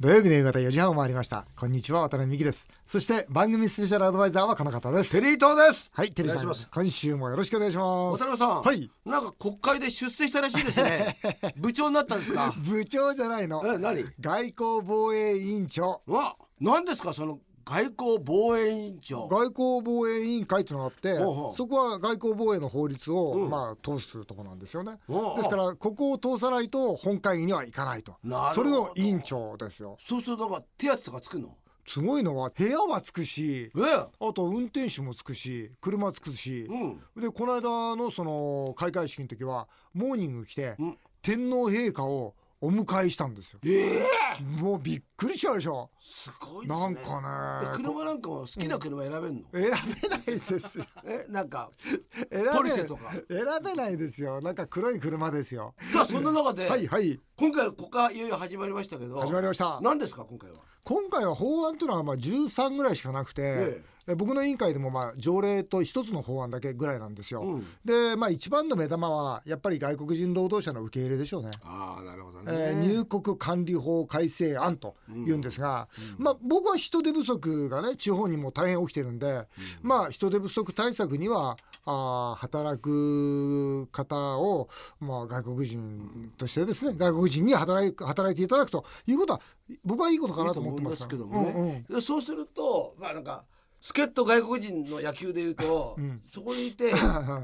土曜日の夕方4時半を回りましたこんにちは渡辺美希ですそして番組スペシャルアドバイザーはこの方ですテリー東です。はいテリーおさ願いんします今週もよろしくお願いしま渡す辺さん、はいなんか国会で出世したらしいです ね。部長になったんですか。部長じゃないのえ、何？外交防衛委員長うわ、何ですかその外交防衛委員長。外交防衛委員会というのがあってほうほうそこは外交防衛の法律を、うんまあ通すとこなんですよねおうおうですからここを通さないと本会議には行かないとなるほどそれの委員長ですよそうするとなんか手厚とかつくの。すごいのは部屋はつくしえあと運転手もつくし車つくしえ、うん。でこの間のその開会式の時はモーニング来てうん天皇陛下をお迎えしたんですよええもうびっくりしちゃうでしょすごいですなね。んかでね車なんかも好きな車選べんの。選べないですよえ、なんか選べ ポルシェとか選べないですよなんか黒い車ですよさあそんな中で、はいはい今回国会いよいよ始まりましたけど。始まりました何ですか今回は。今回は法案というのはまあ13ぐらいしかなくて、ええ僕の委員会でもまあ条例と一つの法案だけぐらいなんですよ、うんでまあ一番の目玉はやっぱり外国人労働者の受け入れでしょうねああ、なるほどね。えー入国管理法改正案と言うんですが、まあ、僕は人手不足がね地方にも大変起きてるんで、まあ、人手不足対策にはあー働く方を、まあ、外国人としてですね外国人に働い働いていただくということは僕はいいことかいないとと思思っていまますすけどもね、うんうんでそうするとまあなんか助っ人外国人の野球でいうと、そこにい て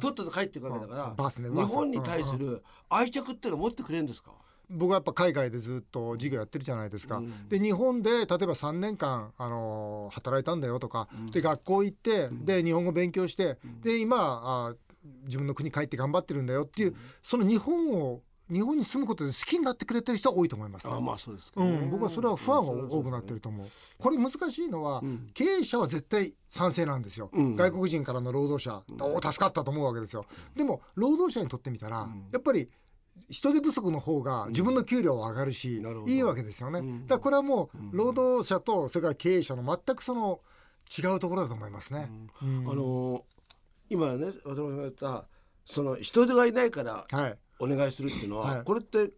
とっとと帰ってくるわけだから、バスね日バス本に対する愛着ってのは持ってくれるんですか、僕はやっぱ海外でずっと事業やってるじゃないですか、で日本で例えば3年間、あのー働いたんだよとか、で学校行ってで日本語勉強して、で今あー自分の国帰って頑張ってるんだよっていう、その日本を日本に住むことで好きになってくれてる人は多いと思いますね、あまあそうですけうどね、ん、僕はそれは不安が多くなってると思う。これ難しいのは、経営者は絶対賛成なんですよ、うん外国人からの労働者、お助かったと思うわけですよ。でも労働者にとってみたら、やっぱり人手不足の方が自分の給料は上がるし、なるほどいいわけですよね。うんだからこれはもう労働者とそれから経営者の全くその違うところだと思いますね。うんあのー今ね渡辺さんが言ったその人手がいないからはい。お願いするっていうのは、はいこれって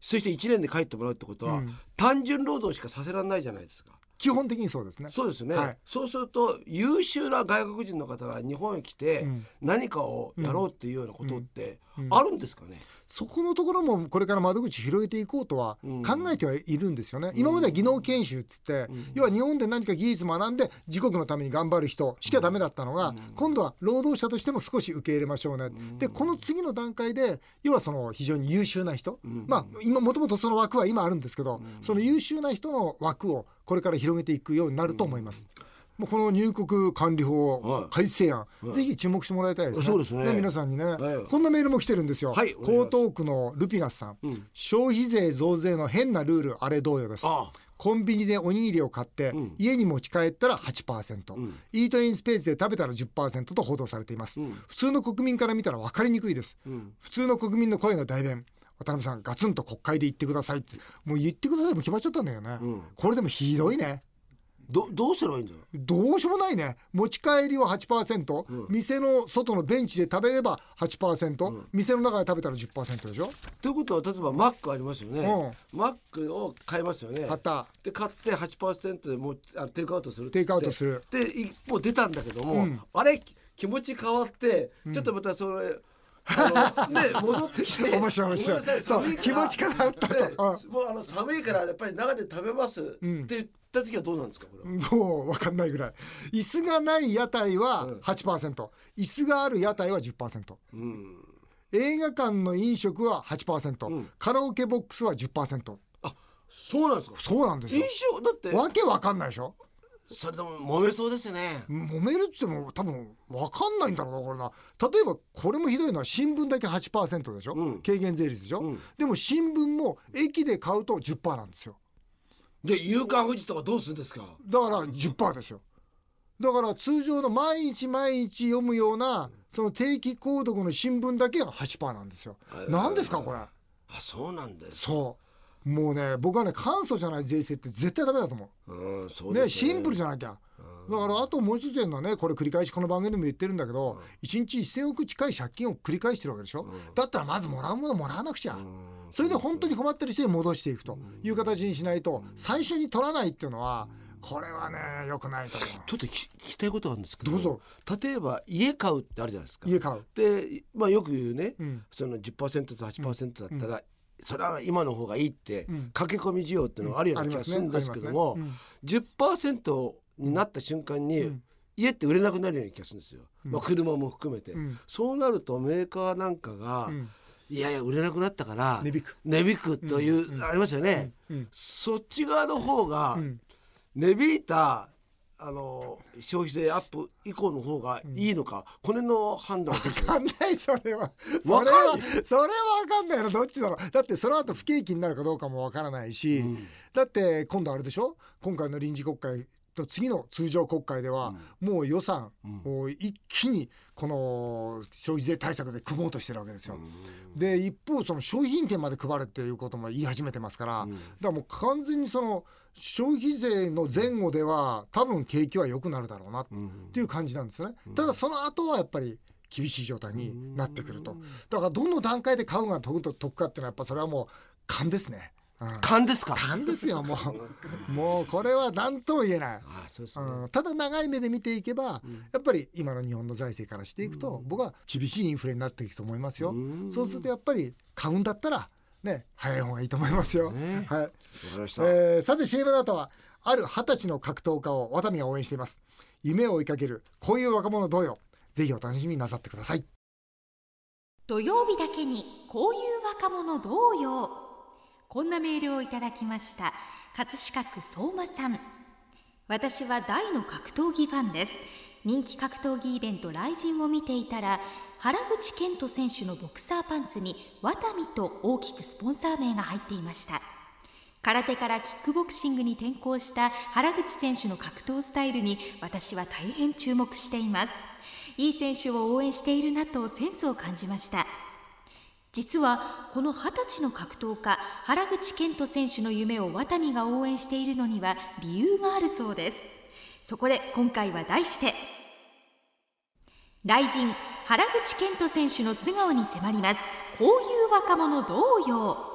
そして1年で帰ってもらうってことは、うん単純労働しかさせられないじゃないですか。基本的にそうですね。そうですね、はいそうすると優秀な外国人の方が日本へ来てうん何かをやろうっていうようなことってうんうんあるんですかね、そこのところもこれから窓口広げていこうとはうん考えてはいるんですよね。今までは技能研修っつって、要は日本で何か技術学んで自国のために頑張る人しかダメだったのが、今度は労働者としても少し受け入れましょうね。でこの次の段階で要はその非常に優秀な人、まあ今もともとその枠は今あるんですけど、その優秀な人の枠をこれから広げていくようになると思います。もうこの入国管理法改正案、ぜひ注目してもらいたいですね。そうですね皆さんにね、はいこんなメールも来てるんですよ。はいお願いします江東区のルピナスさん、ん消費税増税の変なルールあれ同様ですああコンビニでおにぎりを買って、ん家に持ち帰ったら8%、んイートインスペースで食べたら10%と報道されています、ん普通の国民から見たら分かりにくいです、ん普通の国民の声の代弁渡辺さんガツンと国会で言ってくださいってもう言ってくださいも決まっちゃったんだよね、んこれでもひどいねどどうすればいいんだろどうしようもないね持ち帰りは8%、店の外のベンチで食べれば8%、店の中で食べたら10%でしょうということは例えばマックありますよね、マックを買いますよね買ったで買って8%でもうあテイクアウトするってテイクアウトするで一方出たんだけども、うんあれき気持ち変わってちょっとま たその、あのね、戻ってきて面白い面白いごめんなさそう寒いから気持ち変わったとでうもうあの寒いからやっぱり中で食べますって言った時はどうなんですかこれは、もう分かんないぐらい椅子がない屋台は8%、椅子がある屋台は10%うん映画館の飲食は8%、カラオケボックスは10%あそうなんですかそうなんですよ印象だってわけわかんないでしょそれでも揉めそうですね揉めるって言っても多分わかんないんだろうなこれな例えばこれもひどいのは新聞だけ8%でしょ、うん軽減税率でしょ、うんでも新聞も駅で買うと10%なんですよで夕刊富士とかどうするんですかだから10%ですよだから通常の毎日毎日読むようなその定期購読の新聞だけが8%なんですよはい何ですかこれあそうなんですそうもうね僕はね簡素じゃない税制って絶対ダメだと思うんそううですねシンプルじゃなきゃだからあともう一つ言うのはねこれ繰り返しこの番組でも言ってるんだけど1日1,000億近い借金を繰り返してるわけでしょだったらまずもらうものもらわなくちゃそれで本当に困ってる人に戻していくという形にしないと最初に取らないっていうのはこれはね良くないと思う。ちょっと聞き聞きたいことがあるんですけどどうぞ例えば家買うってあるじゃないですか家買う、で、まあ、よく言うね、うんその10%と8%だったら、それは今の方がいいって、うん駆け込み需要っていうのがあるような気がするんですけども、ありますね10%になった瞬間に、うん家って売れなくなるような気がするんですよ、うんまあ、車も含めて、うんそうなるとメーカーなんかが、うんいやいや売れなくなったから値引く、値引くという、うんうんありますよね、うんそっち側の方が、うん値引いたあの消費税アップ以降の方がいいのか、これの判断をするわかんないそ れはそれわはかんないそれは分かんないのどっちだろうだってその後不景気になるかどうかも分からないし、だって今度あれでしょ今回の臨時国会と次の通常国会では、もう予算を一気にこの消費税対策で組もうとしてるわけですよ。で一方その商品券まで配るっていうことも言い始めてますから、だからもう完全にその消費税の前後では多分景気は良くなるだろうなっていう感じなんですね。ただその後はやっぱり厳しい状態になってくると。だからどの段階で買うが得と得かっていうのはやっぱそれはもう勘ですね。うん勘ですか勘ですよもうもうこれは何とも言えない。あそうですね、うん、ただ長い目で見ていけば、やっぱり今の日本の財政からしていくと、僕は厳しいインフレになっていくと思いますよ、うんそうするとやっぱり買うんだったらね早い方がいいと思いますよ、ねはいわかりました、えーさて CM の後はある二十歳の格闘家をワタミが応援しています夢を追いかけるこういう若者同様ぜひお楽しみになさってください土曜日だけにこういう若者同様こんなメールをいただきました葛飾区相馬さん私は大の格闘技ファンです人気格闘技イベント「雷神」を見ていたら原口健人選手のボクサーパンツに「ワタミ」と大きくスポンサー名が入っていました空手からキックボクシングに転向した原口選手の格闘スタイルに私は大変注目していますいい選手を応援しているなとセンスを感じました実はこの20歳の格闘家原口健人選手の夢をワタミが応援しているのには理由があるそうですそこで今回は題して雷神原口健人選手の素顔に迫りますこういう若者同様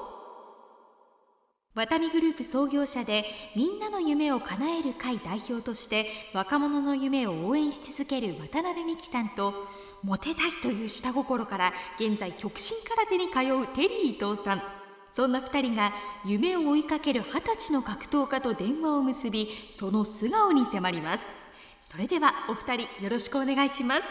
ワタミグループ創業者でみんなの夢を叶える会代表として若者の夢を応援し続ける渡辺美樹さんとモテたいという下心から現在極真空手に通うテリー伊藤さんそんな2人が夢を追いかける二十歳の格闘家と電話を結びその素顔に迫りますそれではお二人よろしくお願いします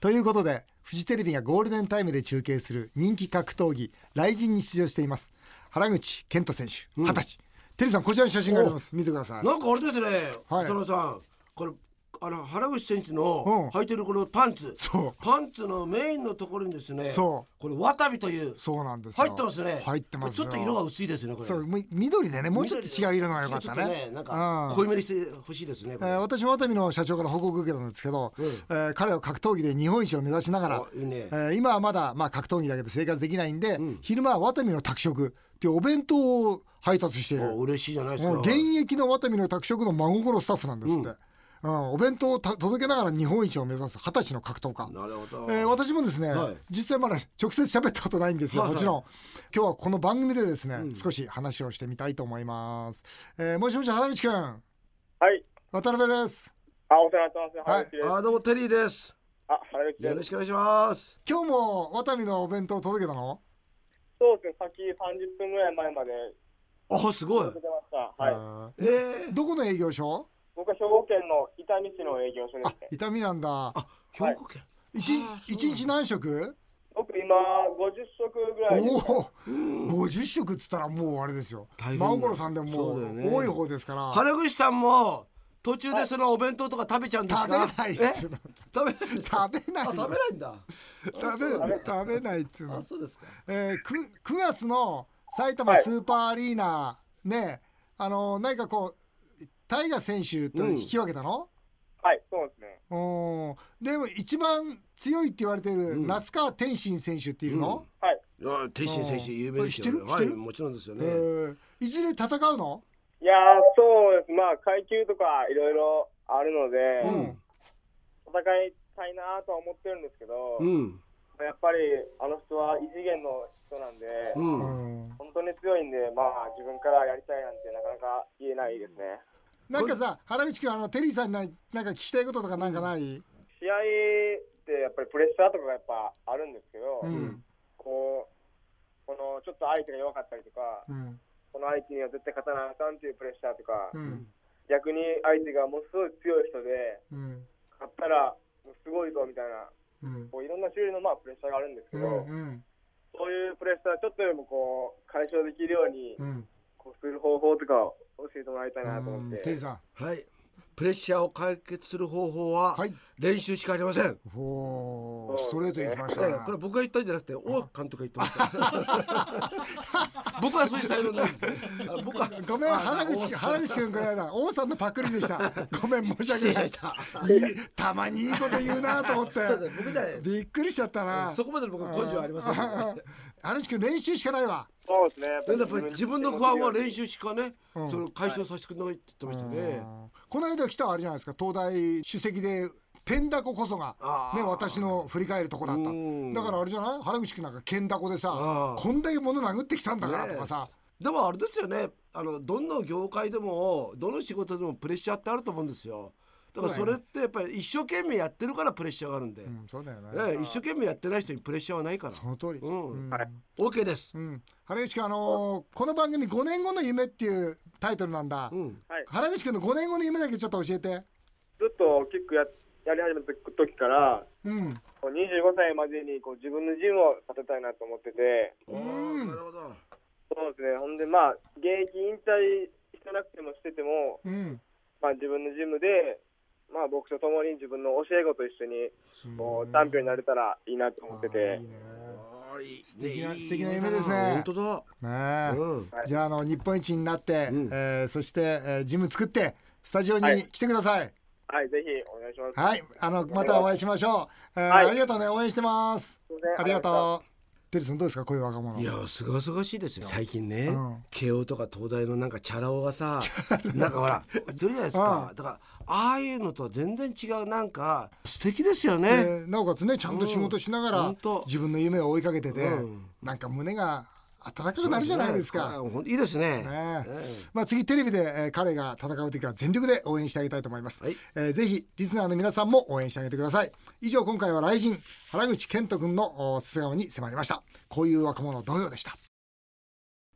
ということでフジテレビがゴールデンタイムで中継する人気格闘技雷神に出場しています原口健人選手二十歳、テリーさんこちらに写真があります見てくださいなんかあれですねはい太郎さんこれあの原口選手うんの履いてるこのパンツそうパンツのメインのところにですねそこれワタミというそうなんですよ入ってますね入ってますちよょっと色が薄いですねこれそうみ緑でねもうちょっと違う色のが良かったちょとねなんか濃いめにしてほしいですねこえれー私も熱海の社長から報告を受けたんですけど、うんえー彼は格闘技で日本一を目指しながらあ、いいねえー今はまだ、まあ、格闘技だけで生活できないんで、昼間はワタミの宅食っていうお弁当を配達しているお嬉しいじゃないですもかう現役のワタミの宅食の真心スタッフなんですって、うんお弁当をた届けながら日本一を目指す二十歳の格闘家なるほどえー私もですね、はい実際まだ直接喋ったことないんですよ、はいはいもちろん今日はこの番組でですね、少し話をしてみたいと思います、えーもしもし原口くんはい。渡辺ですあ、お世話になってます。原口です。あどうもテリーですあ、原口よでろす。しくお願いします今日もワタミのお弁当を届けたの、そうですね。さっき30分ぐらい前まであすごい出てました。はい。はえーい、どこの営業所僕は兵庫県の伊丹市の営業所であすね。痛みなんだあ兵庫県一日一日何食僕今50食ぐらいですおお50食っつったらもうあれですよ大変だ真心さんでもそうだようね多い方ですから、原口さんも途中でそのお弁当とか食べちゃうんですか食べないですよえ食べないんですか食べないよあ食べないんだ食べ食べないっつうのあそうですかえー、く9月の埼玉スーパーアリーナ、ねあの何かこうタイガ選手と引き分けたの、はい、そうですね。おーでも一番強いって言われてる那須川天心選手っていうの、はい。いや天心選手有名ですよねあ知っはている知ってるもちろんですよえねーいずれ戦うのいやー、そうです。まあ階級とかいろいろあるので、うん戦いたいなとは思ってるんですけど、うんやっぱりあの人は異次元の人なんで、うんうん本当に強いんで、まあ、自分からやりたいなんてなかなか言えないですね。なんかさ原口君あのテリーさんになんなんか聞きたいこととかなんかない、試合ってやっぱりプレッシャーとかがやっぱあるんですけど、うんこうこのちょっと相手が弱かったりとか、うんこの相手には絶対勝たなあかんっていうプレッシャーとか、うん逆に相手がものすごい強い人で、うん勝ったらもうすごいぞみたいな、うんこういろんな種類のまあプレッシャーがあるんですけうど、んうんそういうプレッシャー、ちょっとでもこう解消できるように、うんこうする方法とかを教えてもらいたいなと思っうんて。テリーさんはいプレッシャーを解決する方法ははい練習しかありません、おーストレートいきましたえねえこれ僕が言ったんじゃなくて大監督が言ってました 僕はそういう才能ないんです あ僕はごめんあ原大口阪原口君からだ王さんのパクリでしたごめん申し失礼訳しなまいしたいいたまにいいこと言うなと思ってそうだ僕じゃないですびっくりしちゃったなそこまでの僕は根性はありませんけどね原口君練習しかないわそうですね。やっでやっぱり自分の不安は練習しかね、んその解消させてくれないって言ってましたね、この間来たあれじゃないですか東大首席でペンダコこそがあ、ーね、私の振り返るとこだったうんだからあれじゃない原口君なんかケンダコでさあーこんだけ物殴ってきたんだからとかさ、でもあれですよねあのどんな業界でもどの仕事でもプレッシャーってあると思うんですよだからそそうだよれってやっぱり一生懸命やってるからプレッシャーがあるんで、うん、そうだよね、ええ一生懸命やってない人にプレッシャーはないからその通り、うんうんはい OK です、うん原口君あのーこの番組5年後の夢っていうタイトルなんだ、うん、はい。原口君の5年後の夢だけちょっと教えてずっとキックややり始めた時から、うんこう25歳までにこう自分のジムを建てたいなと思ってて、うんなるほどそうですね。ほんでまあ現役引退してなくてもしてても、うんまあ自分のジムで。まあ僕と共に自分の教え子と一緒にこうチャンピオンになれたらいいなと思ってあーていい、ねあーいい素敵な素敵な夢ですね本当ねえだ、うん、はいじゃああの日本一になって、うんえーそして、えージム作ってスタジオにはい来てください。はい、ぜひお願いします。はい、あのまたお会いしましょう。えーはあいりがとうね応援してますすいませ。んありがありがとう。テリーさんどうですかこういう若者。いやすがすがしいですよ最近ね、うん慶応とか東大のなんかチャラ男がさなんかほら言ってるじゃないですか、うだからああいうのとは全然違うなんか素敵ですよね、えーなおかつねちゃんと仕事しながら、うんほんと自分の夢を追いかけてて、うんなんか胸が温かくなるじゃないですか。そうね。ほんいいですね。ねええまあ、次テレビで、えー彼が戦う時は全力で応援してあげたいと思います、はいえーぜひリスナーの皆さんも応援してあげてください以上今回は雷神原口健人君のお素顔に迫りましたこういう若者同様でした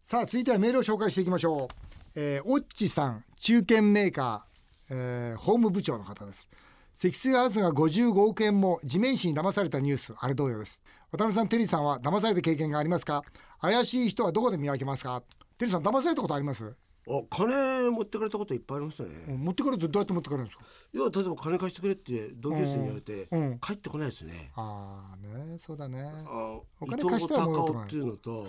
さあ続いてはメールを紹介していきましょう、えー、オッチさん中堅メーカー、えー、法務部長の方です積水ハウスが55億円も地面師に騙されたニュースあれ同様です渡辺さんテリーさんは騙された経験がありますか怪しい人はどこで見分けますかテリーさん騙されたことありますお金持ってかれたこといっぱいありますよね。持ってくるとどうやって持ってくるんですかいや例えば金貸してくれって同級生に言われて、うんうん帰ってこないですね。ああねそうだねあのお伊金藤貸したら孝戻ってこ夫ないっていうのと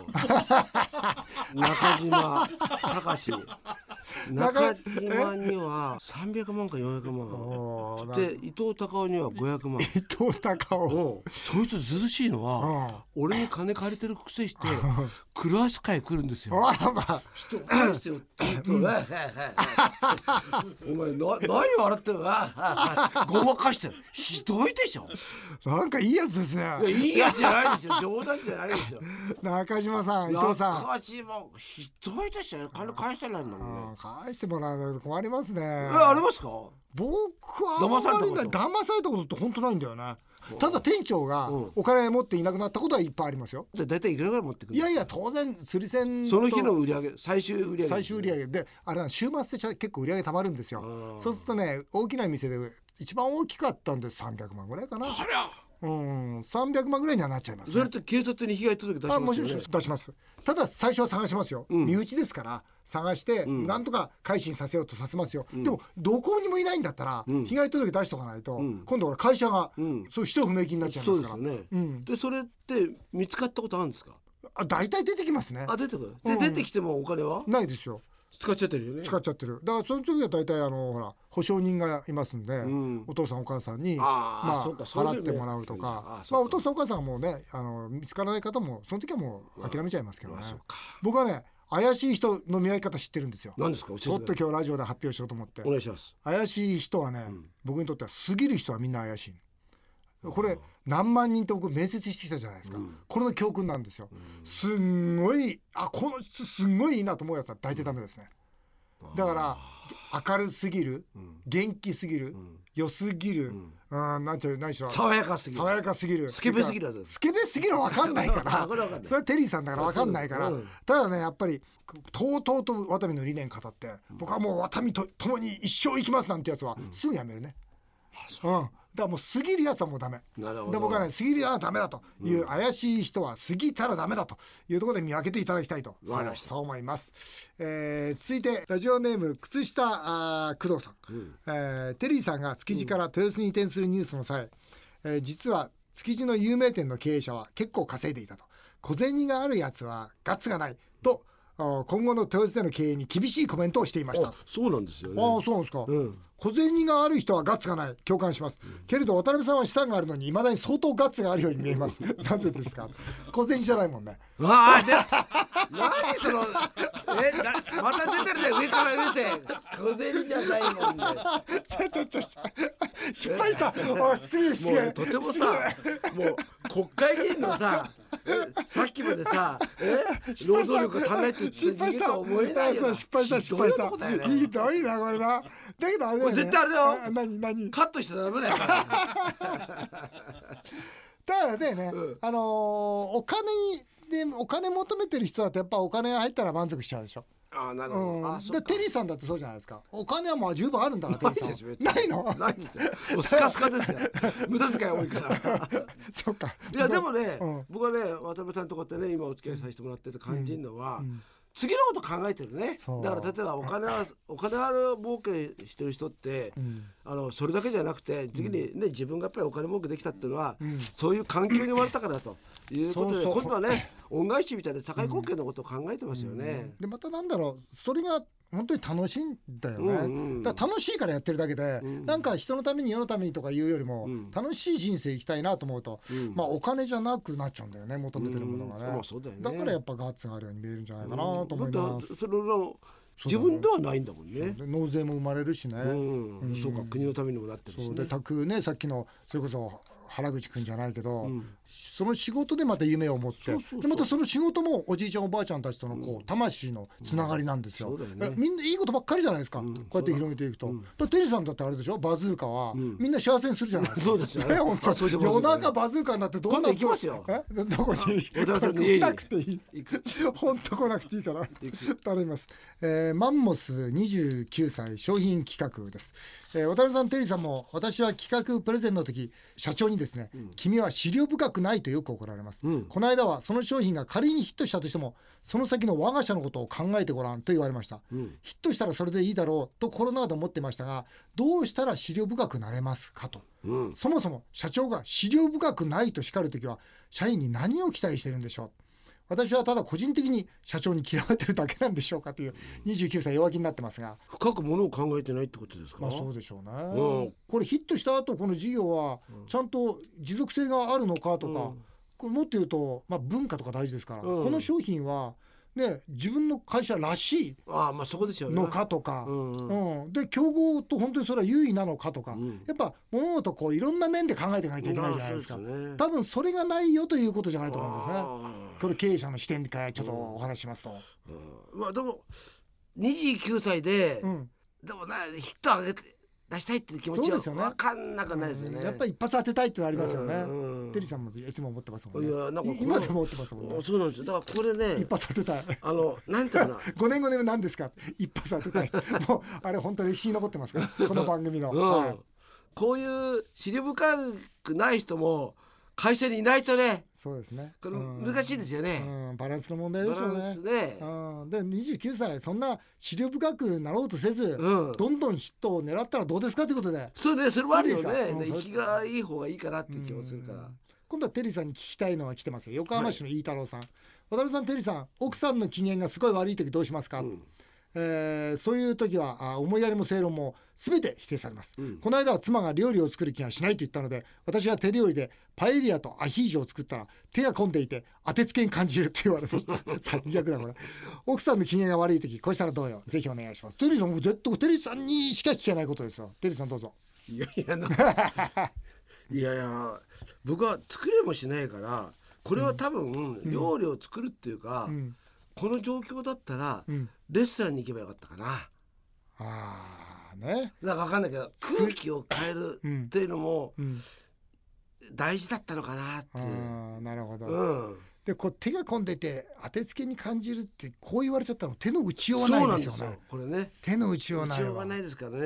中島隆中中島には300万か400おー万そして伊藤孝夫には500万伊藤孝夫うんそいつずるしいのは俺に金借りてるくせしてクラス会来るんですよあらまあちょっと返してよって言うと、はいはいはいお前な何笑 ってるのはいはいはいごまかしてるひどいでしょなんかいいやつですいやねいいやつじゃないですよ冗談じゃないですよ中島さん伊藤さん中島ひどいでしょ金返してないんだもんうねん返してもらわないと困りますねえありますか僕はあんまりない騙されたこと騙されたことって本当ないんだよねただ店長がうんお金持っていなくなったことはいっぱいありますよじゃあ大体いくらぐらい持ってくるいやいや当然釣り銭その日との売り上げ最終売り上げ最終売り上げであれなん週末でしゃ結構売り上げたまるんですようんそうするとね大きな店で一番大きかったんで300万ぐらいかなあらうん300万ぐらいにはなっちゃいますそね、れって警察に被害届出しますあよねもちろん出しますただ最初は探しますよ、ん身内ですから探して、んなんとか改心させようとさせますよ、でもどこにもいないんだったら、ん被害届出しとかないと、ん今度は会社が、うんそういう使途不明金になっちゃいまそうすでかすらよね、うんでそれって見つかったことあるんですかあ大体出てきますねあ出てくるで、出てきてもお金はないですよ使っちゃってるよね使っちゃってるだからその時は大体あのほら保証人がいますんで、んお父さんお母さんにあーまあ、そうかそうい払うってもらうとかあーまあ、そうおか父さんお母さんはもうねあの見つからない方もその時はもう諦めちゃいますけどねあそうか僕はね怪しい人の見分け方知ってるんですよ何ですかちょ教えってとください今日ラジオで発表しようと思ってお願いします怪しい人はね、僕にとっては過ぎる人はみんな怪しいこれ何万人って僕面接してきたじゃないですか、これの教訓なんですよ、すんごいあこの人すんごいいいなと思うやつは大体ダメですね、だから明るすぎる、元気すぎる、良すぎる、うん、なんていう何しろ爽やかすぎる爽やかすぎるスケベすぎるやつスケベすぎるわかんないから わかんないわかんないそれはテリーさんだからわかんないから、そうそううんただねやっぱりとうとうとワタミの理念語って、僕はもうワタミと共に一生生きますなんてやつは、すぐやめるね、うん、だからもう過ぎるやつはもうダメなるほどで僕はね過ぎるやつはダメだという、怪しい人は過ぎたらダメだというところで見分けていただきたいとわかりましたそう思います、えー続いてラジオネーム靴下あー工藤さん、えーテリーさんが築地から豊洲に移転するニュースの際、えー実は築地の有名店の経営者は結構稼いでいたと小銭があるやつはガッツがないと、あー今後の豊洲での経営に厳しいコメントをしていましたあそうなんですよねああそうなんですか、うん小銭がある人はガッツがない共感します、けれど渡辺さんは資産があるのにいまだに相当ガッツがあるように見え ますなぜですか小銭じゃないもんねわあで何そのえなまた出てるね上から目線小銭じゃないもんねちゃちゃちゃちゃ 失敗したおいすげえすげもえうとてもさもう国会議員のさえさっきまでさえ労働力が足んないって言って失敗した人間とは思えなあいよそうな失敗したひ失どい敗したとこだよねひどいなこれなだけどあれだよ、ね、これ絶対あれだよあ何何カットしちゃダメだよただね、うんあのーお金にでお金求めてる人だとやっぱお金入ったら満足しちゃうでしょあなるほど、うあん、そでうかテリーさんだってそうじゃないですかお金はまあ十分あるんだからテリーさんはないのないですよもうスカスカですよ無駄遣い多いから そっかいやでもね、うん僕はね渡辺さんとこってね今お付き合いさせてもらってて感じるのは、次のこと考えてるねそうだから例えばお金はお金は儲けしてる人って、あのそれだけじゃなくて次に、ね自分がやっぱりお金儲けできたっていうのは、そういう環境に生まれたからだということでそうそう今度は ね恩返しみたいな社会貢献のことを考えてますよね。でまたなんだろうそれが本当に楽しいんだよね、うんうんだから楽しいからやってるだけで、なんか人のために世のためにとか言うよりも、楽しい人生生きたいなと思うと、まあお金じゃなくなっちゃうんだよね求めてるものがね,、うんまあそうだよねからやっぱガッツがあるように見えるんじゃないかなと思いだっまてす、それの自分ではないんだもんね。で納税も生まれるしね、うんそうか国のためにもなってるしそうねで。宅ねさっきのそれこそ原口くんじゃないけど、その仕事でまた夢を持ってそうそうそうでまたその仕事もおじいちゃんおばあちゃんたちとのこう魂のつながりなんですよ,、うんそうだよねみんないいことばっかりじゃないですか、こうやって広げていくと、だからテリーさんだってあれでしょバズーカは、みんな幸せにするじゃないですかそうですよね ね本当あそうですよ夜中バズーカになってどんな今度行きますよえどこに小田さんの家来になくていい本当来なくていいから頼みます、えーマンモス29歳商品企画です、えー渡辺さんテリーさんも私は企画プレゼンの時社長にですね、君は資料深くないとよく怒られます、この間はその商品が仮にヒットしたとしてもその先の我が社のことを考えてごらんと言われました、ヒットしたらそれでいいだろうと心の中で思っていましたがどうしたら資料深くなれますかと、そもそも社長が資料深くないと叱るときは社員に何を期待してるんでしょう私はただ個人的に社長に嫌われてるだけなんでしょうかという29歳弱気になってますが、深くものを考えてないってことですか。まあそうでしょうね、うんこれヒットした後この事業はちゃんと持続性があるのかとか、これもっと言うと、まあ、文化とか大事ですから、うんこの商品は、ね、自分の会社らしいああまあそこですよね。のかとか、うんううんで競合と本当にそれは優位なのかとか、んやっぱ物事こういろんな面で考えていかなきゃいけないじゃないですか、まあそうですね多分それがないよということじゃないと思うんですねあこれ経営者の視点からちょっとお話ししますと、うんまあでも29歳で、うんでもなヒット上げて出したいっていう気持ちそうはですよね分かんなくはないですよね。やっぱり一発当てたいってのありますよね、うんうんテリーさんもいつも思ってますもんいねやなんかい今でも思ってますもんねあそうなんですよ。だからこれね一発当てたい あのなんていうかな。 5年後年何ですか一発当てたいもうあれ本当歴史に残ってます からこの番組の、うはいん、こういう資料深くない人も会社にいないとねそうですねこれうん難しいですよね。うん、バランスの問題でしょうバランねスねうん、で29歳そんな資料深くなろうとせず、うんどんどんヒットを狙ったらどうですかということでそうねそれもあるよそうですかね。うんねそう生きがいい方がいいかなっていう気もするから。今度はテリーさんに聞きたいのが来てますよ横浜市の飯太郎さん、渡辺さんテリーさん奥さんの機嫌がすごい悪い時どうしますか、えーそういう時はあ思いやりも正論も全て否定されます、この間は妻が料理を作る気がしないと言ったので私は手料理でパエリアとアヒージョを作ったら手が込んでいて当てつけに感じるって言われま した最悪だこれ奥さんの機嫌が悪い時こうしたらどうよぜひお願いしますテリー さんもう絶対テリーさんにしか聞けないことですよテリーさんどうぞいやいやないやいや僕は作れもしないからこれは多分料理を作るっていうか、うんこの状況だったらうんレストランに行けばよかったかな。ああねなんか分かんないけど空気を変えるうんっていうのもうん大事だったのかなってあ。ーなるほど、うん、でこう手が込んでて当てつけに感じるってこう言われちゃったの手の打ちようそはうないなでんすよですねよ。これね。手の打ちよう打なちいようわがないですからね。うん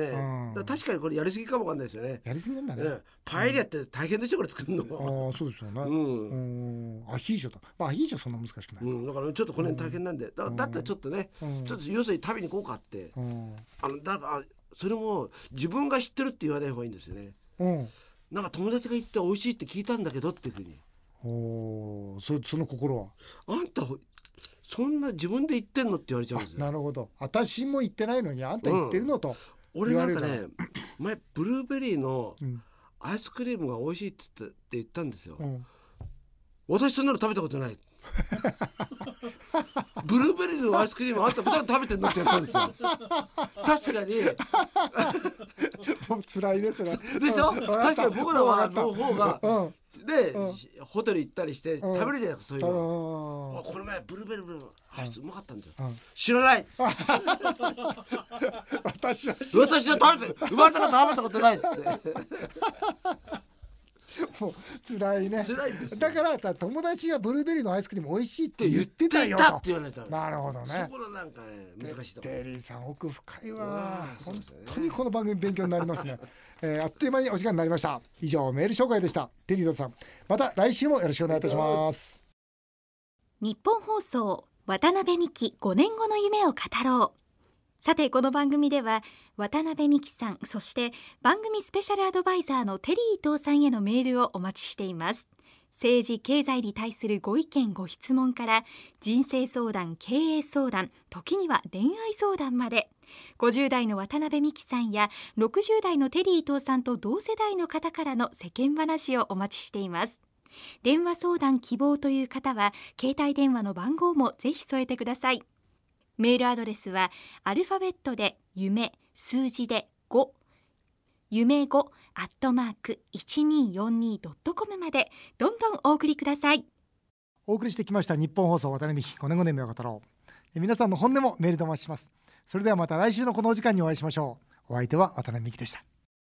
だから確かにこれやりすぎかもわかんないですよね。やりすぎなんだね、うんパエリアって大変でしょこれ作るあの。あそうですよね、うんうんアヒージョだ、まあ、アヒージョそんな難しくない、うん、だからちょっとこの辺大変なんで、だだったらちょっとね、うんちょっと要するに食べに行こうかって、うんあのだからそれも自分が知ってるって言わない方がいいんですよねうん、なんか友達が言って美味しいって聞いたんだけどっていうふうにおーそその心はあんたほそんな自分で言ってんのって言われちゃうんですよなるほど私も言ってないのにあんた言ってるのと、俺なんか言われね前ブルーベリーのうんアイスクリームが美味しいっつってって言ったんですよ、うん私そんなの食べたこ とないブルーベリーのアイスクリームあんた普段食べてんのって言ったんですよ確かにもう辛いですねでしょうんわかった確かに僕らはわかのっ方がたうんで、うんホテル行ったりして食べるじゃないですか、そういうの、うんあこの前ブルーベリーのアイスうまかったんだよ、うん知ら ない私は知ら私は食べて生まれたから食べたこと ないってもう辛いね辛いんですよだからだ友達がブルーベリーのアイスクリーム美味しいって言言っっててたたよよとって言わないとなるほどそねこのなんかね難しいとこテリーさん奥深いわうんそう本ですよね当にこの番組勉強になりますね、 えーあっという間にお時間になりました以上メール紹介でしたテリーさんまた来週もよろしくお願いいたします日本放送渡辺美希5年後の夢を語ろうさてこの番組では渡辺美希さんそして番組スペシャルアドバイザーのテリー伊藤さんへのメールをお待ちしています政治経済に対するご意見ご質問から人生相談経営相談時には恋愛相談まで50代の渡辺美希さんや60代のテリー伊藤さんと同世代の方からの世間話をお待ちしています電話相談希望という方は携帯電話の番号もぜひ添えてくださいメールアドレスはアルファベットで夢数字で5夢5アットマーク 1242.com までどんどんお送りくださいお送りしてきました日本放送渡辺美希5年5年目を語ろうえ皆さんの本音もメールでお待ちしますそれではまた来週のこのお時間にお会いしましょうお相手は渡辺美希でした